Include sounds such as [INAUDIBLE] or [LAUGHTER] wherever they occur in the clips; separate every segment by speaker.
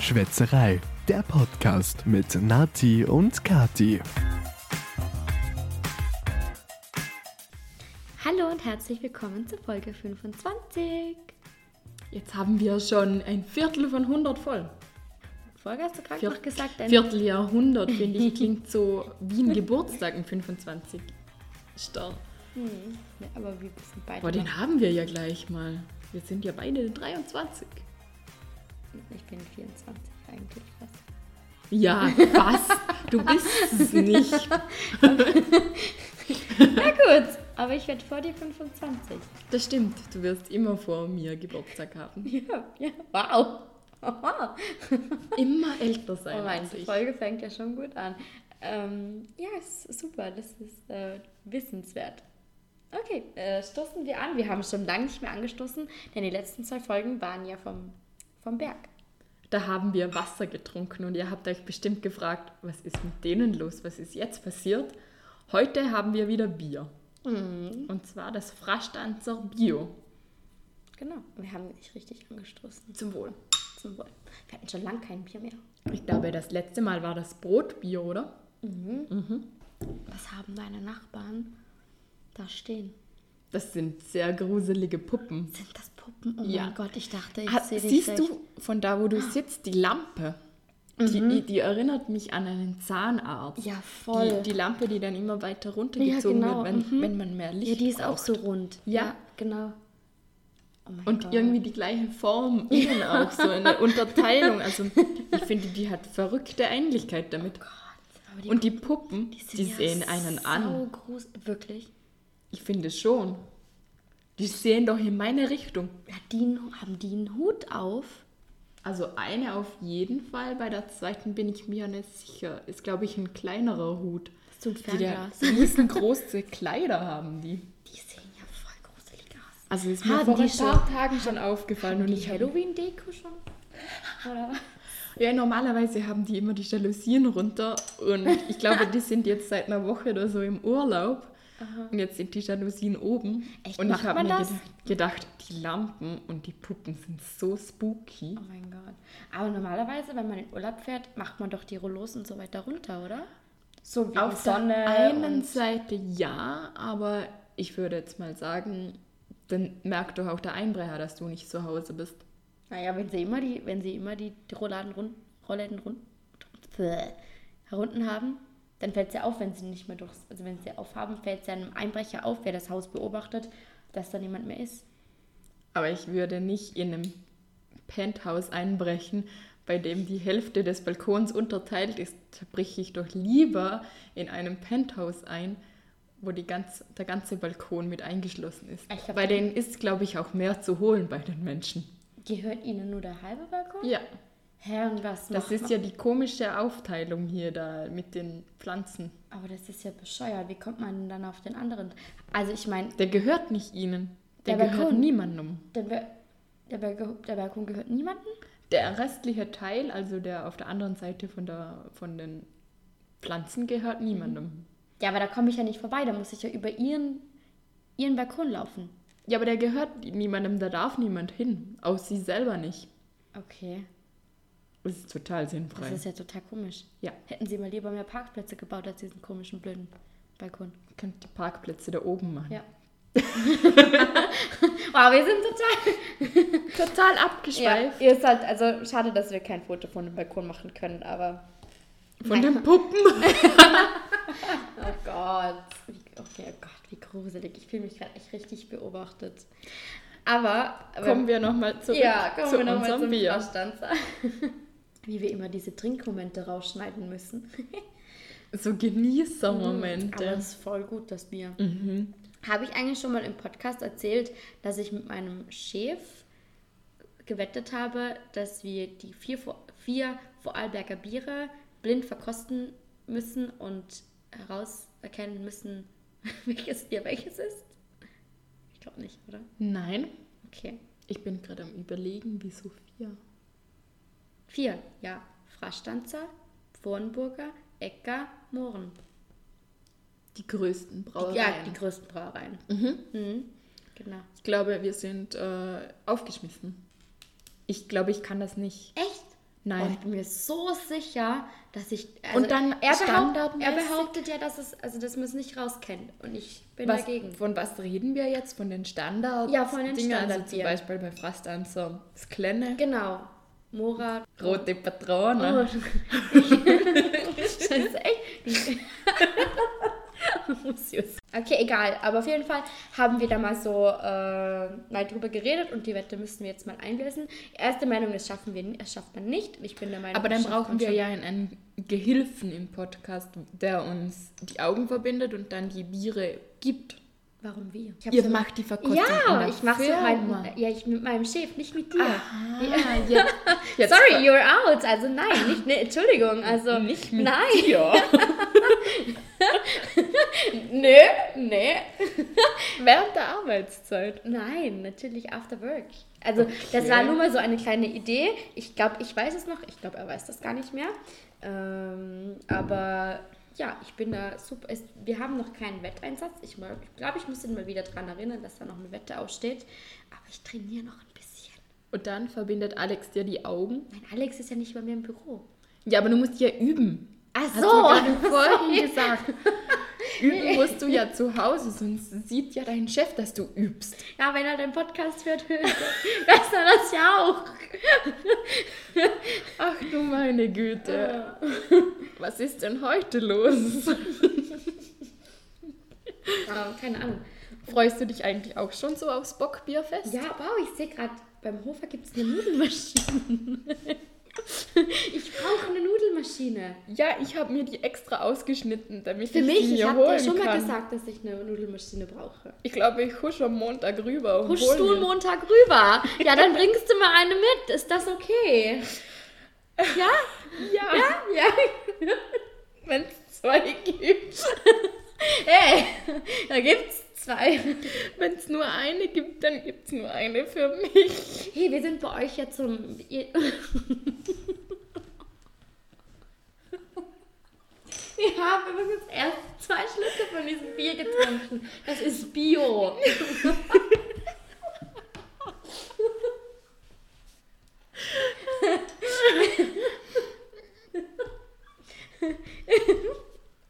Speaker 1: Schwätzerei, der Podcast mit Nati und Kati.
Speaker 2: Hallo und herzlich willkommen zur Folge 25.
Speaker 3: Jetzt haben wir schon ein Viertel von 100 voll.
Speaker 2: Folge hast du gerade
Speaker 3: Viert-
Speaker 2: noch gesagt, ein [LAUGHS]
Speaker 3: Vierteljahrhundert, finde ich, klingt so wie ein Geburtstag im 25. Starr.
Speaker 2: Ja, aber wir wissen beide
Speaker 3: Boah,
Speaker 2: noch
Speaker 3: den haben wir ja gleich mal. Wir sind ja beide 23.
Speaker 2: nicht. Ich bin 24 eigentlich fast.
Speaker 3: Ja, was? Du bist es nicht.
Speaker 2: Na gut, aber ich werde vor dir 25.
Speaker 3: Das stimmt. Du wirst immer vor mir Geburtstag
Speaker 2: [LAUGHS]
Speaker 3: haben.
Speaker 2: Ja, ja. Wow. [LAUGHS] Oh Aha.
Speaker 3: Immer älter
Speaker 2: Oh
Speaker 3: sein
Speaker 2: mein,
Speaker 3: als
Speaker 2: die
Speaker 3: ich.
Speaker 2: Folge fängt ja schon gut an. Ähm, ja, ist super, das ist äh, wissenswert. Okay, äh, stoßen wir an. Wir haben schon lange nicht mehr angestoßen, denn die letzten zwei Folgen waren ja vom, vom Berg.
Speaker 3: Da haben wir Wasser getrunken und ihr habt euch bestimmt gefragt, was ist mit denen los? Was ist jetzt passiert? Heute haben wir wieder Bier. Und zwar das Frastanzer Bio.
Speaker 2: Genau, wir haben nicht richtig angestoßen.
Speaker 3: Zum Wohl.
Speaker 2: Zum Wohl. Wir hatten schon lange kein Bier mehr.
Speaker 3: Ich glaube, das letzte Mal war das Brotbier, oder?
Speaker 2: Was haben deine Nachbarn da stehen?
Speaker 3: Das sind sehr gruselige Puppen.
Speaker 2: Sind das Puppen? Oh
Speaker 3: Ja.
Speaker 2: mein Gott, ich dachte, ich
Speaker 3: Ah,
Speaker 2: sehe dich
Speaker 3: siehst
Speaker 2: recht. Mhm.
Speaker 3: du von da, wo du sitzt, die Lampe? Die, die erinnert mich an einen Zahnarzt.
Speaker 2: Ja, voll.
Speaker 3: Die, die Lampe, die dann immer weiter runtergezogen
Speaker 2: Ja, genau,
Speaker 3: wird, wenn,
Speaker 2: mhm.
Speaker 3: wenn man mehr Licht
Speaker 2: Ja, die ist auch
Speaker 3: braucht.
Speaker 2: so rund.
Speaker 3: Ja.
Speaker 2: genau. Oh mein
Speaker 3: Und
Speaker 2: Gott.
Speaker 3: irgendwie die gleiche Form innen auch,
Speaker 2: [LAUGHS]
Speaker 3: so eine Unterteilung. Also ich finde, die hat verrückte Ähnlichkeit damit.
Speaker 2: Aber Oh die,
Speaker 3: Und die Puppen, die,
Speaker 2: sind ja
Speaker 3: sehen einen an.
Speaker 2: So groß. Wirklich?
Speaker 3: Ich finde schon. Die sehen doch in meine Richtung.
Speaker 2: Hat die, einen- haben die einen Hut auf?
Speaker 3: Also eine auf jeden Fall, bei der zweiten bin ich mir nicht sicher. Ist, glaube ich, ein kleinerer Hut.
Speaker 2: Hast du ein
Speaker 3: Die da
Speaker 2: Fernglas?
Speaker 3: die müssen große Kleider haben die.
Speaker 2: Die sehen ja voll gruselig aus.
Speaker 3: Also ist mir
Speaker 2: Haben
Speaker 3: vor
Speaker 2: die
Speaker 3: ein paar Tagen schon aufgefallen und ich habe...
Speaker 2: Halloween-Deko schon? Oder was?
Speaker 3: Ja, normalerweise haben die immer die Jalousien runter und ich glaube, die sind jetzt seit einer Woche oder so im Urlaub. Und jetzt sind die Jalousien oben.
Speaker 2: Echt?
Speaker 3: und
Speaker 2: Macht
Speaker 3: ich habe
Speaker 2: man
Speaker 3: mir
Speaker 2: das?
Speaker 3: gedacht, gedacht, die Lampen und die Puppen sind so spooky.
Speaker 2: Oh mein Gott. Aber normalerweise, wenn man in Urlaub fährt, macht man doch die Rollos und so weiter runter, oder? So wie
Speaker 3: Auf
Speaker 2: die Sonne.
Speaker 3: der einen
Speaker 2: und-
Speaker 3: Seite ja, aber ich würde jetzt mal sagen, dann merkt doch auch der Einbrecher, dass du nicht zu Hause bist.
Speaker 2: Naja, wenn sie immer die, wenn sie immer die die Rolladen rund, Rolladen rund, [LAUGHS] bäh, herunten haben, dann fällt es ja auf, wenn sie nicht mehr durchs, also wenn sie aufhaben, fällt es ja einem Einbrecher auf, wer das Haus beobachtet, dass da niemand mehr ist.
Speaker 3: Aber ich würde nicht in einem Penthouse einbrechen, bei dem die Hälfte des Balkons unterteilt ist. Da breche ich doch lieber in einem Penthouse ein, wo die ganz, der ganze Balkon mit eingeschlossen ist.
Speaker 2: Ich glaub,
Speaker 3: bei
Speaker 2: die-
Speaker 3: denen ist, glaube ich, auch mehr zu holen bei den Menschen.
Speaker 2: Gehört ihnen nur der halbe Balkon?
Speaker 3: Ja,
Speaker 2: Hä, und was
Speaker 3: das
Speaker 2: macht
Speaker 3: ist
Speaker 2: man?
Speaker 3: ja die komische Aufteilung hier da mit den Pflanzen.
Speaker 2: Aber das ist ja bescheuert. Wie kommt man dann auf den anderen? Also ich meine,
Speaker 3: Der gehört nicht ihnen. Der,
Speaker 2: Der
Speaker 3: gehört
Speaker 2: Balkon.
Speaker 3: niemandem.
Speaker 2: der, Ba- der, Balkon- der Balkon gehört niemandem?
Speaker 3: Der restliche Teil, also der auf der anderen Seite von, der, von den Pflanzen, gehört
Speaker 2: Mhm.
Speaker 3: niemandem.
Speaker 2: Ja, aber da komme ich ja nicht vorbei. Da muss ich ja über ihren, ihren Balkon laufen.
Speaker 3: Ja, aber der gehört niemandem, da darf niemand hin. Auch sie selber nicht.
Speaker 2: Okay,
Speaker 3: Das ist total
Speaker 2: das
Speaker 3: sinnfrei.
Speaker 2: ist ja total komisch.
Speaker 3: ja,
Speaker 2: Hätten sie mal lieber mehr Parkplätze gebaut als diesen komischen blöden Balkon.
Speaker 3: könnt die Parkplätze da oben machen.
Speaker 2: Ja. Wow, wir sind total.
Speaker 3: Total
Speaker 2: Ja,
Speaker 3: abgeschweift
Speaker 2: ihr ist halt, also schade, dass wir kein Foto von dem Balkon machen können, aber.
Speaker 3: von den Puppen.
Speaker 2: Oh Gott. Wie, okay, oh Gott, wie gruselig. Ich fühle mich gerade echt richtig beobachtet. Aber.
Speaker 3: Kommen wir nochmal zurück
Speaker 2: ja, kommen
Speaker 3: zu
Speaker 2: wir nochmal
Speaker 3: unserem
Speaker 2: zum
Speaker 3: Bier.
Speaker 2: Verstandsar. [LAUGHS] Wie wir immer diese Trinkmomente rausschneiden müssen.
Speaker 3: So Genießermomente.
Speaker 2: Mhm, Aber es ist voll gut, das Bier. Mhm. Habe ich eigentlich schon mal im Podcast erzählt, dass ich mit meinem Chef gewettet habe, dass wir die vier, Vor- vier Vorarlberger Biere blind verkosten müssen und herauserkennen müssen, [LAUGHS] welches Bier welches ist? Ich glaube nicht, oder?
Speaker 3: Nein,
Speaker 2: Okay.
Speaker 3: ich bin gerade am Überlegen, wie Sophia.
Speaker 2: Vier, ja. Frastanzer, Vornburger, Ecker, Mohren.
Speaker 3: Die größten Brauereien.
Speaker 2: Ja, die größten Brauereien.
Speaker 3: Mhm.
Speaker 2: Mhm. Genau.
Speaker 3: Ich glaube, wir sind äh, aufgeschmissen. Ich glaube, ich kann das nicht.
Speaker 2: Echt? Und
Speaker 3: Nein.
Speaker 2: ich bin mir so sicher, dass ich.
Speaker 3: Und dann
Speaker 2: er behauptet, er
Speaker 3: standardmäßig-
Speaker 2: behauptet ja, dass es, also dass man es nicht rauskennt. Und ich bin
Speaker 3: was,
Speaker 2: dagegen.
Speaker 3: Von was reden wir jetzt? Von den Standards?
Speaker 2: Ja, von den
Speaker 3: Dinger, Also zum
Speaker 2: Standardbieren.
Speaker 3: Beispiel bei Frastanzer, das kleine,
Speaker 2: Genau. Mora.
Speaker 3: rote
Speaker 2: Genau. Oh,
Speaker 3: Patrone.
Speaker 2: [LAUGHS] Scheiße, echt? [LAUGHS] okay, egal. Aber auf jeden Fall haben wir da mal so äh, mal drüber geredet und die Wette müssen wir jetzt mal einlösen. Erste Meinung, das schaffen wir, ni- das schafft man nicht. Ich bin der Meinung,
Speaker 3: Aber dann
Speaker 2: das schafft man
Speaker 3: brauchen wir
Speaker 2: schon.
Speaker 3: ja einen, einen Gehilfen im Podcast, der uns die Augen verbindet und dann die Biere gibt.
Speaker 2: Warum wir? Ich hab
Speaker 3: Ihr
Speaker 2: so-
Speaker 3: macht die Verkostung in
Speaker 2: Ja,
Speaker 3: der
Speaker 2: ich mache so halt-
Speaker 3: Firma.
Speaker 2: mein, ja, ich mit meinem Chef, nicht mit dir.
Speaker 3: Ah, jetzt,
Speaker 2: [LAUGHS]
Speaker 3: jetzt
Speaker 2: Sorry, you're out. Also nein, nicht, ne, Entschuldigung. Also
Speaker 3: [LAUGHS] Nicht mit
Speaker 2: nein.
Speaker 3: dir.
Speaker 2: [LAUGHS] Nö, nee.
Speaker 3: [LAUGHS] Während der Arbeitszeit.
Speaker 2: Nein, natürlich after work. Also das war nur mal so eine kleine Idee. Ich glaube, ich weiß es noch. Ich glaube, er weiß das gar nicht mehr. Ähm, aber ja, ich bin da super. Es, wir haben noch keinen Wetteinsatz. Ich, mag- ich glaube, ich muss ihn mal wieder dran erinnern, dass da noch eine Wette aussteht. Aber ich trainiere noch ein bisschen.
Speaker 3: Und dann verbindet Alex dir die Augen.
Speaker 2: Nein, Alex ist ja nicht bei mir im Büro.
Speaker 3: Ja, aber du musst ja üben.
Speaker 2: Ach
Speaker 3: Hast du gerade im Folgen gesagt. Üben musst du ja zu Hause, sonst sieht ja dein Chef, dass du übst.
Speaker 2: Ja, wenn er den Podcast hört, [LAUGHS] weiß er das ja auch.
Speaker 3: Ach du meine Güte. Was ist denn heute los?
Speaker 2: Ah, keine Ahnung.
Speaker 3: Freust du dich eigentlich auch schon so aufs Bockbierfest?
Speaker 2: Ja, wow, ich sehe gerade, beim Hofer gibt es eine Nudelmaschine. ich brauche eine Nudelmaschine.
Speaker 3: Ja, ich habe mir die extra ausgeschnitten, damit
Speaker 2: Für
Speaker 3: ich
Speaker 2: mich,
Speaker 3: die
Speaker 2: ich
Speaker 3: mir
Speaker 2: habe
Speaker 3: holen
Speaker 2: dir schon
Speaker 3: kann.
Speaker 2: mal gesagt, dass ich eine Nudelmaschine brauche.
Speaker 3: Ich glaube, ich husch am Montag rüber und
Speaker 2: Huschst
Speaker 3: hol
Speaker 2: du
Speaker 3: mir.
Speaker 2: Montag rüber? Ja, dann bringst du mal eine mit. Ist das [LAUGHS] okay? Ja?
Speaker 3: Ja,
Speaker 2: Ja.
Speaker 3: wenn es zwei gibt.
Speaker 2: Hey, da gibt's zwei.
Speaker 3: Wenn es nur eine gibt, dann gibt es nur eine für mich.
Speaker 2: Hey, wir sind bei euch ja zum... Ihr, [LAUGHS] Wir haben übrigens erst zwei Schlücke von diesem Bier getrunken. Das ist Bio.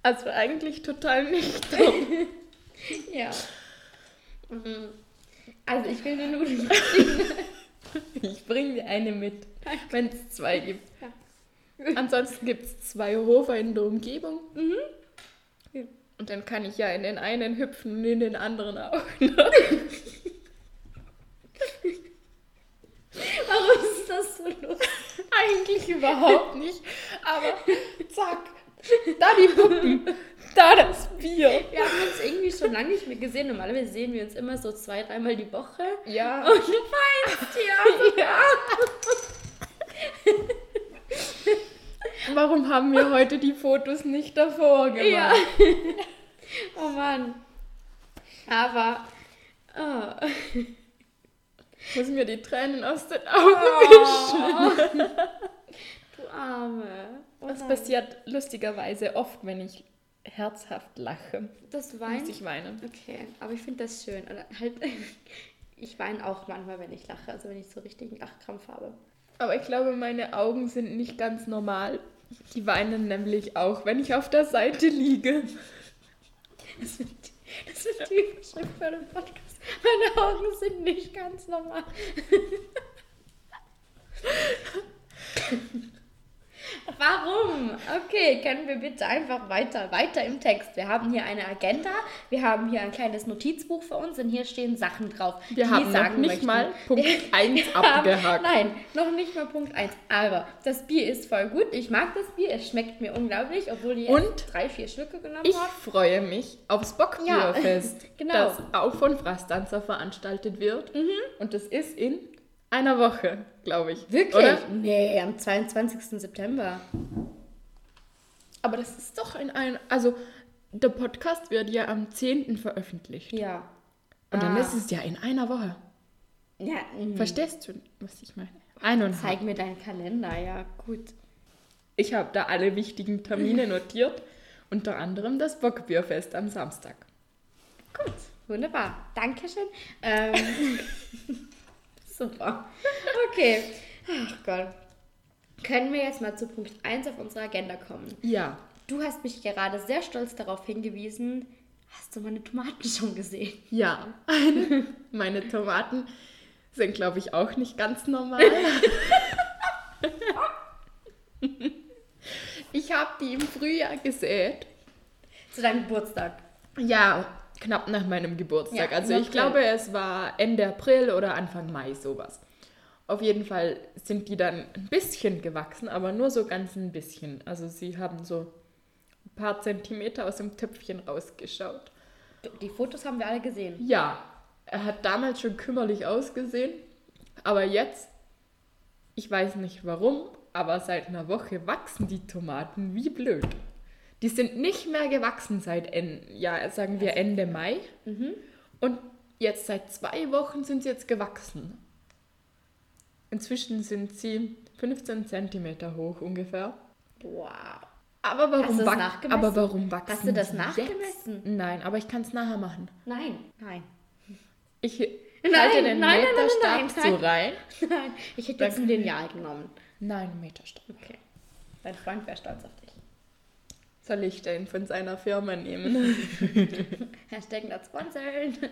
Speaker 3: Also eigentlich total nicht.
Speaker 2: Ja. Mhm. Also ich will eine Nudel.
Speaker 3: Ich bringe dir eine mit, wenn es zwei gibt.
Speaker 2: Ja.
Speaker 3: [LAUGHS] Ansonsten gibt es zwei Hofer in der Umgebung. Und dann kann ich ja in den einen hüpfen und in den anderen auch. [LAUGHS] noch.
Speaker 2: [LAUGHS] Warum ist das so lustig?
Speaker 3: Eigentlich überhaupt nicht. Aber zack, da die Puppen, da das Bier.
Speaker 2: Wir haben uns irgendwie schon lange nicht mehr gesehen. Normalerweise sehen wir uns immer so zwei, dreimal die Woche.
Speaker 3: Ja,
Speaker 2: Und du weinst [LAUGHS] ja.
Speaker 3: warum haben wir heute die Fotos nicht davor gemacht?
Speaker 2: Ja. [LAUGHS] Oh Mann. Aber... Oh.
Speaker 3: Muss mir die Tränen aus den Augen wischen.
Speaker 2: Du Arme. Oh
Speaker 3: Das
Speaker 2: nein.
Speaker 3: passiert lustigerweise oft, wenn ich herzhaft lache.
Speaker 2: Das
Speaker 3: Muss
Speaker 2: Wein.
Speaker 3: ich weinen.
Speaker 2: Okay, aber ich finde das schön. Oder halt, [LAUGHS] ich weine auch manchmal, wenn ich lache. Also wenn ich so richtigen Lachkrampf habe.
Speaker 3: Aber ich glaube, meine Augen sind nicht ganz normal. Die weinen nämlich auch, wenn ich auf der Seite liege.
Speaker 2: Das wird, das wird die Überschrift für den Podcast. Meine Augen sind nicht ganz normal. Warum? Okay, können wir bitte einfach weiter, weiter im Text. Wir haben hier eine Agenda, wir haben hier ein kleines Notizbuch für uns und hier stehen Sachen drauf.
Speaker 3: Wir
Speaker 2: die
Speaker 3: haben noch
Speaker 2: sagen
Speaker 3: nicht
Speaker 2: möchten.
Speaker 3: mal Punkt 1
Speaker 2: [LAUGHS] haben-
Speaker 3: abgehakt.
Speaker 2: Nein, noch nicht mal Punkt 1. Aber das Bier ist voll gut. Ich mag das Bier. Es schmeckt mir unglaublich, obwohl ich
Speaker 3: Und?
Speaker 2: jetzt drei, vier Schlücke genommen
Speaker 3: Ich
Speaker 2: habe.
Speaker 3: freue mich aufs Bockbierfest, [LAUGHS]
Speaker 2: Ja, genau.
Speaker 3: das auch von Frastanzer veranstaltet wird. Und das ist in einer Woche, glaube ich.
Speaker 2: Wirklich?
Speaker 3: Oder?
Speaker 2: Nee, am 22. September.
Speaker 3: Aber das ist doch in einem. Also, der Podcast wird ja am 10. veröffentlicht.
Speaker 2: Ja.
Speaker 3: Und dann
Speaker 2: Ah.
Speaker 3: ist es ja in einer Woche.
Speaker 2: Ja,
Speaker 3: Mhm.
Speaker 2: mh.
Speaker 3: Verstehst du, was ich meine? Eineinhalb.
Speaker 2: zeig mir deinen Kalender, ja, gut.
Speaker 3: Ich habe da alle wichtigen [LAUGHS] Termine notiert, unter anderem das Bockbierfest am Samstag.
Speaker 2: Gut, wunderbar. Dankeschön. [LAUGHS] Ähm, super. Okay. Ach Gott. Können wir jetzt mal zu Punkt 1 auf unserer Agenda kommen?
Speaker 3: Ja.
Speaker 2: Du hast mich gerade sehr stolz darauf hingewiesen, hast du meine Tomaten schon gesehen?
Speaker 3: Ja. [LAUGHS] Meine Tomaten sind, glaube ich, auch nicht ganz [LAUGHS] normal. ich habe die im Frühjahr gesät.
Speaker 2: Zu deinem Geburtstag.
Speaker 3: Ja, knapp nach meinem Geburtstag.
Speaker 2: Ja,
Speaker 3: also
Speaker 2: im
Speaker 3: ich
Speaker 2: April.
Speaker 3: glaube, es war Ende April oder Anfang Mai sowas. Auf jeden Fall sind die dann ein bisschen gewachsen, aber nur so ganz ein bisschen. Also sie haben so ein paar Zentimeter aus dem Töpfchen rausgeschaut.
Speaker 2: Die Fotos haben wir alle gesehen.
Speaker 3: Ja, er hat damals schon kümmerlich ausgesehen, aber jetzt, ich weiß nicht warum, aber seit einer Woche wachsen die Tomaten wie blöd. Die sind nicht mehr gewachsen seit Ende, ja, sagen
Speaker 2: Also-
Speaker 3: wir Ende Mai.
Speaker 2: Mhm.
Speaker 3: Und jetzt seit zwei Wochen sind sie jetzt gewachsen. Inzwischen sind sie 15 Zentimeter hoch ungefähr.
Speaker 2: Wow.
Speaker 3: Aber warum,
Speaker 2: Hast du das
Speaker 3: wach-
Speaker 2: nachgemessen?
Speaker 3: aber warum wachsen
Speaker 2: Hast du das
Speaker 3: die
Speaker 2: nachgemessen?
Speaker 3: Jetzt? Nein, aber ich kann es nachher machen.
Speaker 2: Nein. Nein.
Speaker 3: Ich halte
Speaker 2: Nein,
Speaker 3: den
Speaker 2: nein, nein,
Speaker 3: Meterstab
Speaker 2: nein, nein,
Speaker 3: so
Speaker 2: nein.
Speaker 3: rein.
Speaker 2: [LAUGHS] Nein. Ich hätte jetzt ein Lineal genommen.
Speaker 3: Nein, Meterstab.
Speaker 2: Okay. Dein Freund wäre stolz auf dich.
Speaker 3: Soll ich den von seiner Firma nehmen?
Speaker 2: [LAUGHS] Hashtag not sponsored.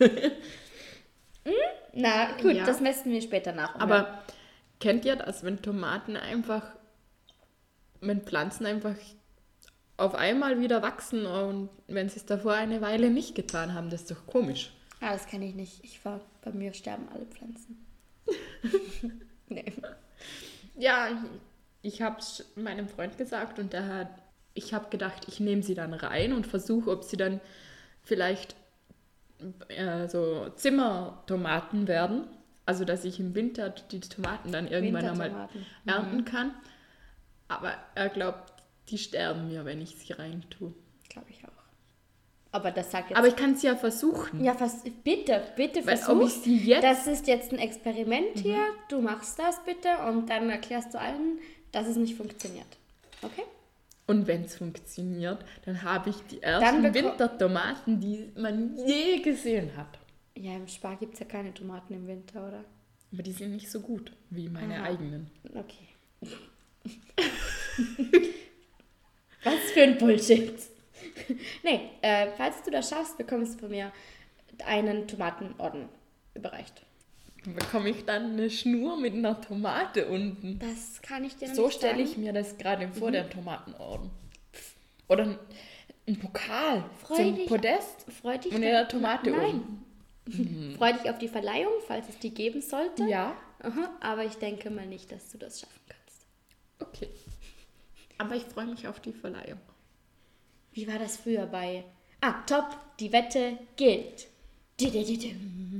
Speaker 2: [LAUGHS] Hm? Na gut,
Speaker 3: Ja.
Speaker 2: das messen wir später nach. oder?
Speaker 3: Aber kennt ihr das, wenn Tomaten einfach, wenn Pflanzen einfach auf einmal wieder wachsen und wenn sie es davor eine Weile nicht getan haben, das ist doch komisch.
Speaker 2: ah, das kann ich nicht. Ich war, bei mir sterben alle [LAUGHS] Pflanzen. nee.
Speaker 3: Ja, ich habe es meinem Freund gesagt und der hat, ich habe gedacht, ich nehme sie dann rein und versuche, ob sie dann vielleicht äh, so Zimmertomaten werden. Also, dass ich im Winter die Tomaten dann irgendwann einmal
Speaker 2: Wintertomaten. Mhm.
Speaker 3: ernten kann. Aber er glaubt, die sterben mir, wenn ich sie rein tue.
Speaker 2: Glaube ich auch. Aber das sagt jetzt.
Speaker 3: Aber ich kann es ja versuchen.
Speaker 2: ja, was, bitte, bitte
Speaker 3: Weil, ob
Speaker 2: versuch.
Speaker 3: ich sie jetzt-
Speaker 2: Das ist jetzt Mhm. ein Experiment hier. Du machst das bitte und dann erklärst du allen, dass es nicht funktioniert. Okay?
Speaker 3: Und wenn es funktioniert, dann habe ich die
Speaker 2: Dann
Speaker 3: ersten
Speaker 2: beko-
Speaker 3: Wintertomaten, die man je gesehen hat.
Speaker 2: Ja, im Spar gibt es ja keine Tomaten im Winter, oder?
Speaker 3: Aber die sind nicht so gut wie meine
Speaker 2: Aha.
Speaker 3: eigenen.
Speaker 2: Okay. Was für ein Bullshit. nee, äh, falls du das schaffst, bekommst du von mir einen Tomatenorden überreicht.
Speaker 3: Bekomme ich dann eine Schnur mit einer Tomate unten?
Speaker 2: Das kann ich dir noch
Speaker 3: So
Speaker 2: nicht
Speaker 3: stelle ich
Speaker 2: sagen.
Speaker 3: mir das gerade vor, der Tomatenorden. Oder ein, ein Pokal
Speaker 2: Freu
Speaker 3: zum
Speaker 2: dich-
Speaker 3: Podest.
Speaker 2: Freu dich
Speaker 3: Und
Speaker 2: da-
Speaker 3: in der Tomate um. Mhm.
Speaker 2: Nein. Freu dich auf die Verleihung, falls es die geben sollte.
Speaker 3: Ja,
Speaker 2: Aha, aber ich denke mal nicht, dass du das schaffen kannst.
Speaker 3: okay. Aber ich freue mich auf die Verleihung.
Speaker 2: Wie war das früher bei. Ah, top, die Wette gilt. Didididim.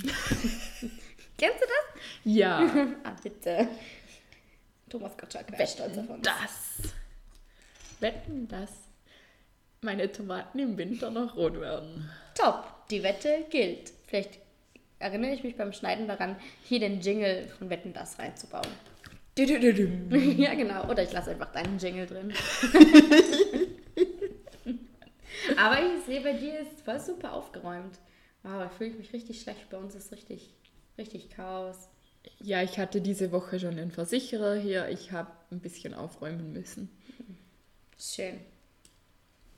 Speaker 2: Kennst du das?
Speaker 3: Ja, [LAUGHS]
Speaker 2: Ah, bitte. Thomas Gottschalk wäre stolz auf uns.
Speaker 3: das. Wetten, dass meine Tomaten im Winter noch rot werden.
Speaker 2: Top, die Wette gilt. Vielleicht erinnere ich mich beim Schneiden daran, hier den Jingle von Wetten das reinzubauen.
Speaker 3: Düdüdüdüm.
Speaker 2: [LAUGHS] ja, genau. Oder ich lasse einfach deinen Jingle drin. [LAUGHS] Aber ich sehe, bei dir ist voll super aufgeräumt. Wow, da fühle ich mich richtig schlecht. Bei uns ist richtig, richtig Chaos.
Speaker 3: Ja, ich hatte diese Woche schon den Versicherer hier. Ich habe ein bisschen aufräumen müssen.
Speaker 2: Schön.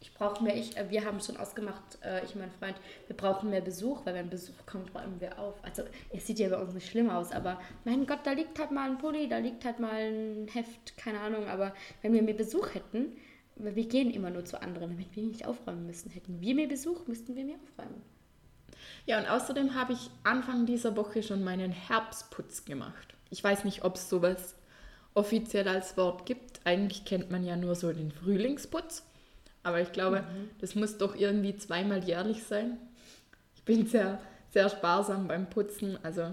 Speaker 2: Ich brauche mehr, ich, äh, wir haben schon ausgemacht, äh, ich und mein Freund, wir brauchen mehr Besuch, weil wenn Besuch kommt, räumen wir auf. Also es sieht ja bei uns nicht schlimm aus, aber mein Gott, da liegt halt mal ein Pulli, da liegt halt mal ein Heft, keine Ahnung, aber wenn wir mehr Besuch hätten, weil wir gehen immer nur zu anderen, damit wir nicht aufräumen müssen. Hätten wir mehr Besuch, müssten wir mehr aufräumen.
Speaker 3: Ja, und außerdem habe ich Anfang dieser Woche schon meinen Herbstputz gemacht. Ich weiß nicht, ob es sowas offiziell als Wort gibt. Eigentlich kennt man ja nur so den Frühlingsputz. Aber ich glaube, das muss doch irgendwie zweimal jährlich sein. Ich bin sehr, sehr sparsam beim Putzen. Also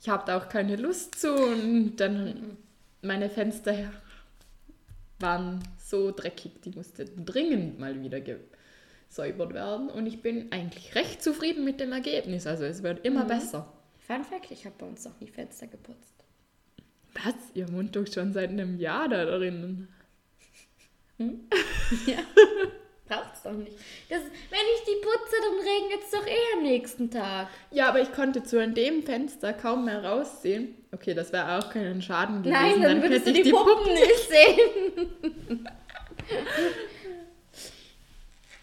Speaker 3: ich habe da auch keine Lust zu. Und dann meine Fenster waren so dreckig, die mussten dringend mal wieder gesäubert werden. Und ich bin eigentlich recht zufrieden mit dem Ergebnis. Also es wird immer besser.
Speaker 2: Fun Fact, ich habe bei uns noch nie Fenster geputzt.
Speaker 3: Was? Ihr wohnt doch schon seit einem Jahr da drin.
Speaker 2: Braucht's doch nicht. Das, wenn ich die putze, dann regnet es doch eh am nächsten Tag.
Speaker 3: Ja, aber ich konnte zu an dem Fenster kaum mehr raussehen. Okay, das wäre auch keinen Schaden gewesen.
Speaker 2: Nein, dann würdest
Speaker 3: hätte
Speaker 2: du
Speaker 3: ich
Speaker 2: die, Puppen, nicht sehen.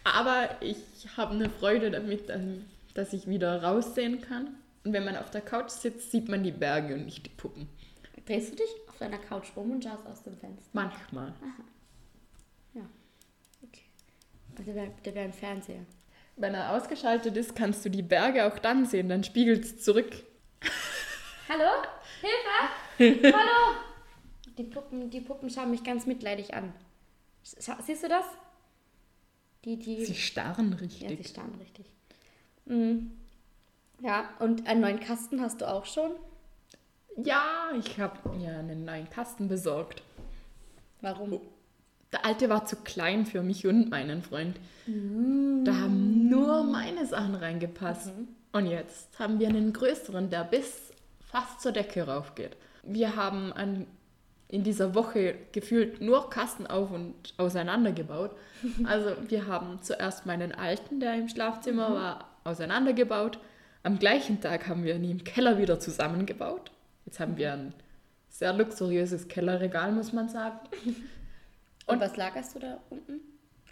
Speaker 3: Aber ich habe eine Freude damit, ähm, dass ich wieder raussehen kann. Und wenn man auf der Couch sitzt, sieht man die Berge und nicht die Puppen.
Speaker 2: Drehst du dich auf deiner Couch rum und schaust aus dem Fenster?
Speaker 3: Manchmal.
Speaker 2: Okay. Also der, der wäre ein Fernseher.
Speaker 3: Wenn er ausgeschaltet ist, kannst du die Berge auch dann sehen. Dann spiegelt es zurück.
Speaker 2: Hallo? [LAUGHS] Hilfe! Hallo! Die Puppen, die Puppen schauen mich ganz mitleidig an. Scha siehst du das? Die, die.
Speaker 3: Sie starren
Speaker 2: ja, sie
Speaker 3: richtig.
Speaker 2: starren richtig. Mhm. Ja, und einen neuen Kasten hast du auch schon?
Speaker 3: Ja, ich habe mir einen neuen Kasten besorgt.
Speaker 2: Warum?
Speaker 3: Der alte war zu klein für mich und meinen Freund. Da haben nur meine Sachen reingepasst. Und jetzt haben wir einen größeren, der bis fast zur Decke raufgeht. Wir haben an, in dieser Woche gefühlt nur Kasten auf und auseinandergebaut. Also wir haben zuerst meinen alten, der im Schlafzimmer war, auseinandergebaut. Am gleichen Tag haben wir ihn im Keller wieder zusammengebaut. Jetzt haben wir ein sehr luxuriöses Kellerregal, muss man sagen.
Speaker 2: Und,
Speaker 3: Und-
Speaker 2: was lagerst du da unten?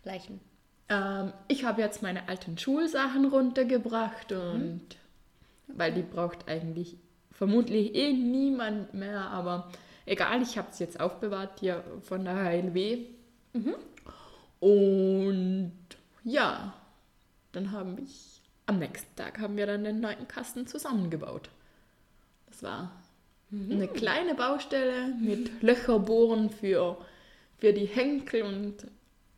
Speaker 2: Leichen.
Speaker 3: Ähm, ich habe jetzt meine alten Schulsachen runtergebracht und weil die braucht eigentlich vermutlich eh niemand mehr, aber egal, ich habe es jetzt aufbewahrt hier von der HLW. Und ja, dann haben ich am nächsten Tag haben wir dann den neuen Kasten zusammengebaut. Das war eine kleine Baustelle mit Löcherbohren für, für die Henkel und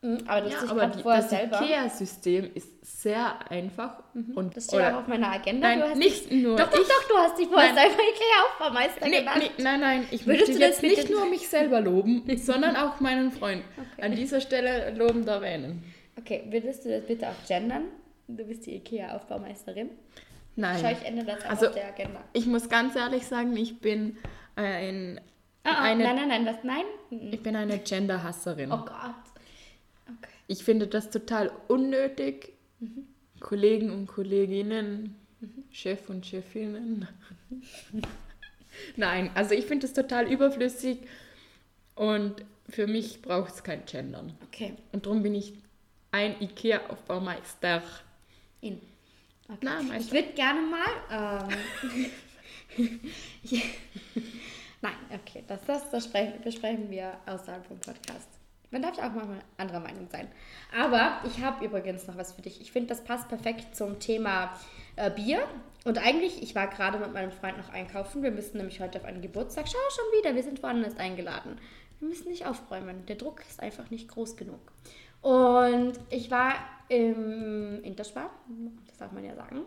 Speaker 2: Mhm, Aber das
Speaker 3: ja,
Speaker 2: ist
Speaker 3: aber
Speaker 2: gerade
Speaker 3: die,
Speaker 2: vorher
Speaker 3: das
Speaker 2: selber. Mhm.
Speaker 3: IKEA-System ist sehr einfach und
Speaker 2: Das steht auch auf meiner Agenda.
Speaker 3: Nein,
Speaker 2: du hast
Speaker 3: nicht nur
Speaker 2: Doch, doch,
Speaker 3: ich.
Speaker 2: doch, du hast dich vorher
Speaker 3: Nein.
Speaker 2: selber Ikea Aufbaumeister
Speaker 3: Nee,
Speaker 2: genannt.
Speaker 3: nee, nein, nein, ich
Speaker 2: Würdest
Speaker 3: möchte
Speaker 2: du das
Speaker 3: jetzt nicht
Speaker 2: bitte-
Speaker 3: nur mich
Speaker 2: [LAUGHS]
Speaker 3: selber loben, sondern auch meinen Freund. An dieser Stelle lobend erwähnen.
Speaker 2: Okay, würdest du das bitte auch gendern? Du bist die Ikea Aufbaumeisterin. Schau, ich
Speaker 3: Nein,
Speaker 2: ändere das auch
Speaker 3: Also-
Speaker 2: auf der Agenda.
Speaker 3: ich muss ganz ehrlich sagen, ich bin ein,
Speaker 2: Ah, ah,
Speaker 3: eine, Hm.
Speaker 2: nein, nein, nein, was? Nein? Mhm.
Speaker 3: ich bin eine Genderhasserin.
Speaker 2: Oh Gott. Okay.
Speaker 3: Ich finde das total unnötig. Kollegen und Kolleginnen, Chef und Chefinnen. [LAUGHS] Nein, also ich finde das total überflüssig und für mich braucht es kein Gendern.
Speaker 2: Okay.
Speaker 3: Und darum bin ich ein IKEA-Aufbaumeister.
Speaker 2: In. Okay.
Speaker 3: Na,
Speaker 2: ich
Speaker 3: Meister.
Speaker 2: würde gerne mal. Ähm,
Speaker 3: [LAUGHS]
Speaker 2: [LAUGHS] ich- nein, okay, das, das, das spre- besprechen wir außerhalb vom Podcast. Man darf ja auch manchmal anderer Meinung sein. Aber ich habe übrigens noch was für dich. Ich finde, das passt perfekt zum Thema äh, Bier. Und eigentlich, ich war gerade mit meinem Freund noch einkaufen. Wir müssen nämlich heute auf einen Geburtstag. Schau schon wieder, wir sind woanders eingeladen. Wir müssen nicht aufräumen. Der Druck ist einfach nicht groß genug. Und ich war im Interspar, das darf man ja sagen,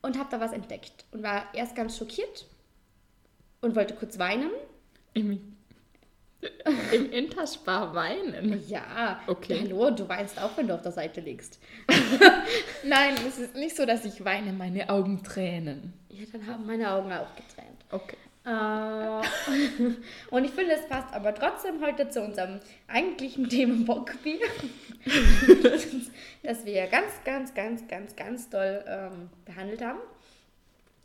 Speaker 2: und habe da was entdeckt. Und war erst ganz schockiert und wollte kurz weinen.
Speaker 3: Im, [LAUGHS] im Interspar weinen.
Speaker 2: Ja,
Speaker 3: Okay.
Speaker 2: hallo, du weinst auch, wenn du auf der Seite [LAUGHS] liegst.
Speaker 3: Nein, es ist nicht so, dass ich weine, meine Augen tränen.
Speaker 2: Ja, dann haben meine Augen auch getränt.
Speaker 3: Okay.
Speaker 2: Äh, [LAUGHS] und ich finde, es passt aber trotzdem heute zu unserem eigentlichen [LAUGHS] Thema
Speaker 3: [LAUGHS]
Speaker 2: Bockbier, das wir ganz, ganz, ganz, ganz, ganz doll ähm, behandelt haben.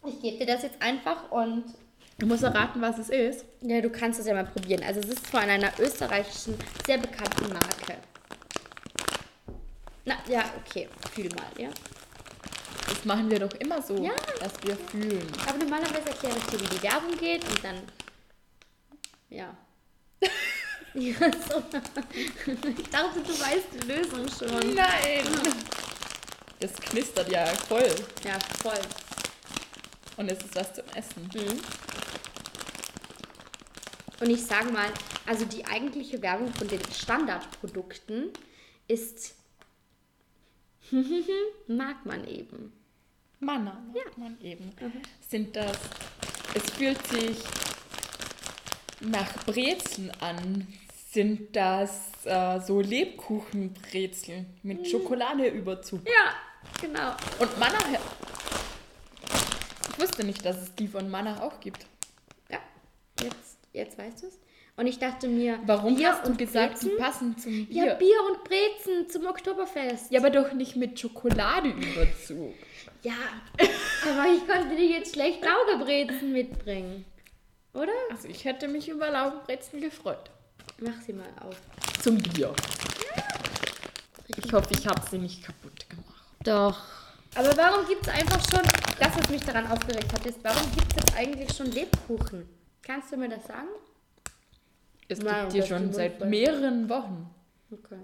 Speaker 2: Ich gebe dir das jetzt einfach und
Speaker 3: Du musst erraten, was es ist.
Speaker 2: ja, du kannst es ja mal probieren. Also es ist von einer österreichischen, sehr bekannten Marke. Na, ja, okay, fühl mal, ja.
Speaker 3: Das machen wir doch immer so,
Speaker 2: Ja.
Speaker 3: dass wir fühlen.
Speaker 2: Aber normalerweise erkläre ich dir, wie die Werbung geht und dann. Ja. ja, so. Ich dachte, du weißt die Lösung schon.
Speaker 3: Nein! Das knistert ja voll.
Speaker 2: Ja, voll.
Speaker 3: Und es ist was zum Essen.
Speaker 2: Und ich sage mal, also die eigentliche Werbung von den Standardprodukten ist. [LAUGHS] mag man eben.
Speaker 3: Manna, ja. man eben. Sind das. Es fühlt sich nach Brezeln an. Sind das äh, so Lebkuchenbrezeln mit Schokolade überzug?
Speaker 2: Ja, genau.
Speaker 3: Und Manna. Ich wusste nicht, dass es die von Manna auch gibt.
Speaker 2: Ja, jetzt jetzt weißt du es. Und ich dachte mir,
Speaker 3: Warum
Speaker 2: Bier
Speaker 3: hast du
Speaker 2: und
Speaker 3: gesagt, sie
Speaker 2: Brezen?
Speaker 3: passen zum Bier?
Speaker 2: Ja, Bier und Brezen zum Oktoberfest.
Speaker 3: Ja, aber doch nicht mit Schokoladeüberzug.
Speaker 2: Ja, aber ich konnte dir jetzt schlecht Laugebrezen mitbringen. Oder?
Speaker 3: Also ich hätte mich über Laugenbrezen gefreut.
Speaker 2: Mach sie mal auf.
Speaker 3: Zum Bier. Ich hoffe, ich habe sie nicht kaputt gemacht.
Speaker 2: Doch. Aber warum gibt es einfach schon, das, was mich daran aufgeregt hat, ist, warum gibt es jetzt eigentlich schon Lebkuchen? Kannst du mir das sagen?
Speaker 3: Es
Speaker 2: Wow,
Speaker 3: gibt hier
Speaker 2: das
Speaker 3: schon
Speaker 2: klingt
Speaker 3: seit
Speaker 2: voll.
Speaker 3: mehreren Wochen.
Speaker 2: Okay.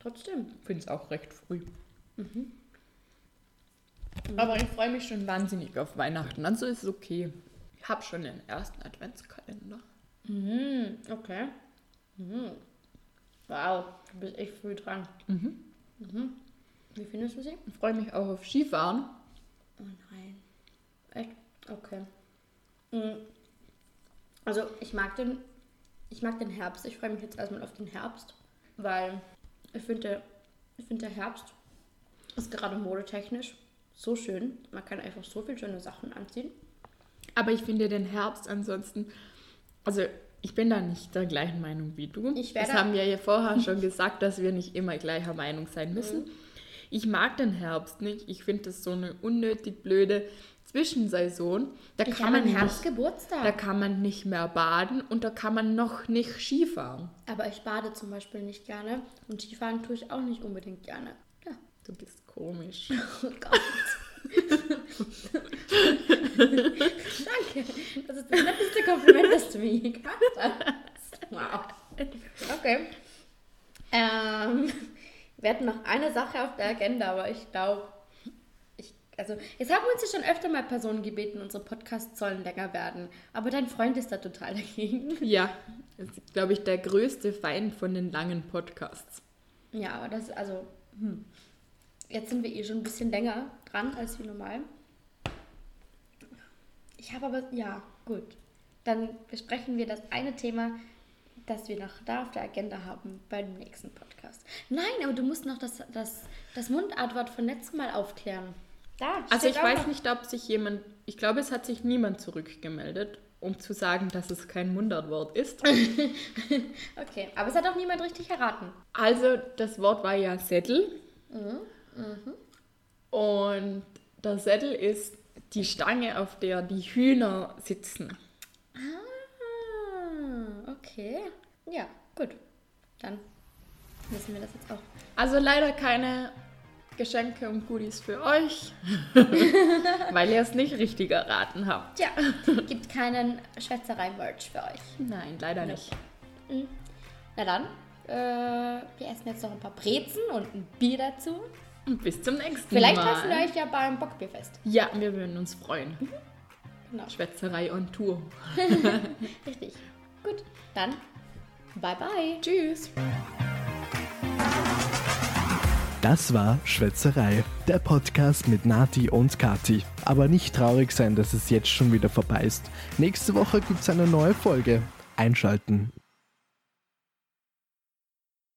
Speaker 2: Trotzdem.
Speaker 3: Ich finde es auch recht früh.
Speaker 2: Mhm.
Speaker 3: Aber ich freue mich schon wahnsinnig auf Weihnachten. Also ist es okay. Ich habe schon den ersten Adventskalender.
Speaker 2: Mhm, okay. Mhm. Wow, du bist echt früh dran. Mhm. Wie findest du sie?
Speaker 3: Ich freue mich auch auf Skifahren.
Speaker 2: Oh nein. Echt? Okay. Mhm. Also ich mag den, ich mag den Herbst. Ich freue mich jetzt erstmal auf den Herbst, weil ich finde, der- ich finde der Herbst ist gerade modetechnisch so schön. Man kann einfach so viel schöne Sachen anziehen.
Speaker 3: Aber ich finde den Herbst ansonsten, also ich bin da nicht der gleichen Meinung wie du.
Speaker 2: Ich wär
Speaker 3: das
Speaker 2: da-
Speaker 3: haben wir ja vorher
Speaker 2: [LAUGHS]
Speaker 3: schon gesagt, dass wir nicht immer gleicher Meinung
Speaker 2: Mhm.
Speaker 3: sein müssen. Ich mag den Herbst nicht. Ich finde das so eine unnötig blöde Zwischensaison. Da
Speaker 2: Ich
Speaker 3: kann
Speaker 2: habe
Speaker 3: man
Speaker 2: im
Speaker 3: nicht,
Speaker 2: Herbst
Speaker 3: da
Speaker 2: Geburtstag.
Speaker 3: kann man nicht mehr baden und da kann man noch nicht Skifahren.
Speaker 2: Aber ich bade zum Beispiel nicht gerne und Skifahren tue ich auch nicht unbedingt gerne. Ja.
Speaker 3: Du bist komisch.
Speaker 2: Oh [LAUGHS] Gott. Danke. Das ist das netteste Kompliment, das du mir je gemacht hast. Wow. Okay. Ähm, wir hatten noch eine Sache auf der Agenda, aber ich glaube, ich, also jetzt haben uns ja schon öfter mal Personen gebeten, unsere Podcasts sollen länger werden. Aber dein Freund ist da total dagegen.
Speaker 3: ja, das ist, glaube ich, der größte Feind von den langen Podcasts.
Speaker 2: Ja, aber das, also, hm. jetzt sind wir eh schon ein bisschen länger dran als wie normal. Ich habe aber, ja, gut. Dann besprechen wir das eine Thema, das wir noch da auf der Agenda haben beim nächsten Podcast. Nein, aber du musst noch das, das, das Mundartwort von letztem Mal aufklären. Da,
Speaker 3: Also
Speaker 2: steht
Speaker 3: ich
Speaker 2: auch
Speaker 3: weiß
Speaker 2: noch.
Speaker 3: nicht, ob sich jemand, ich glaube, es hat sich niemand zurückgemeldet, um zu sagen, dass es kein
Speaker 2: [LAUGHS]
Speaker 3: Mundartwort ist.
Speaker 2: Okay, aber es hat auch niemand richtig erraten.
Speaker 3: Also das Wort war ja Sättel.
Speaker 2: Mhm,
Speaker 3: Und der Sättel ist die Stange, auf der die Hühner sitzen.
Speaker 2: Ah, okay. Ja, gut. Dann wissen wir das jetzt auch.
Speaker 3: Also leider keine Geschenke und Goodies für
Speaker 2: [LAUGHS]
Speaker 3: euch, weil ihr es nicht richtig erraten habt.
Speaker 2: Tja, gibt keinen Schwätzerei-Merch für euch.
Speaker 3: Nein, leider nicht.
Speaker 2: Na dann, äh, wir essen jetzt noch ein paar Brezen und ein Bier dazu.
Speaker 3: Und bis zum nächsten
Speaker 2: Vielleicht
Speaker 3: Mal.
Speaker 2: treffen wir euch ja beim Bockbierfest.
Speaker 3: Ja, wir würden uns freuen.
Speaker 2: Genau,
Speaker 3: Schwätzerei on Tour.
Speaker 2: richtig. Gut, dann bye bye. Tschüss.
Speaker 1: Das war Schwätzerei, der Podcast mit Nati und Kati. Aber nicht traurig sein, dass es jetzt schon wieder vorbei ist. Nächste Woche gibt's eine neue Folge. Einschalten.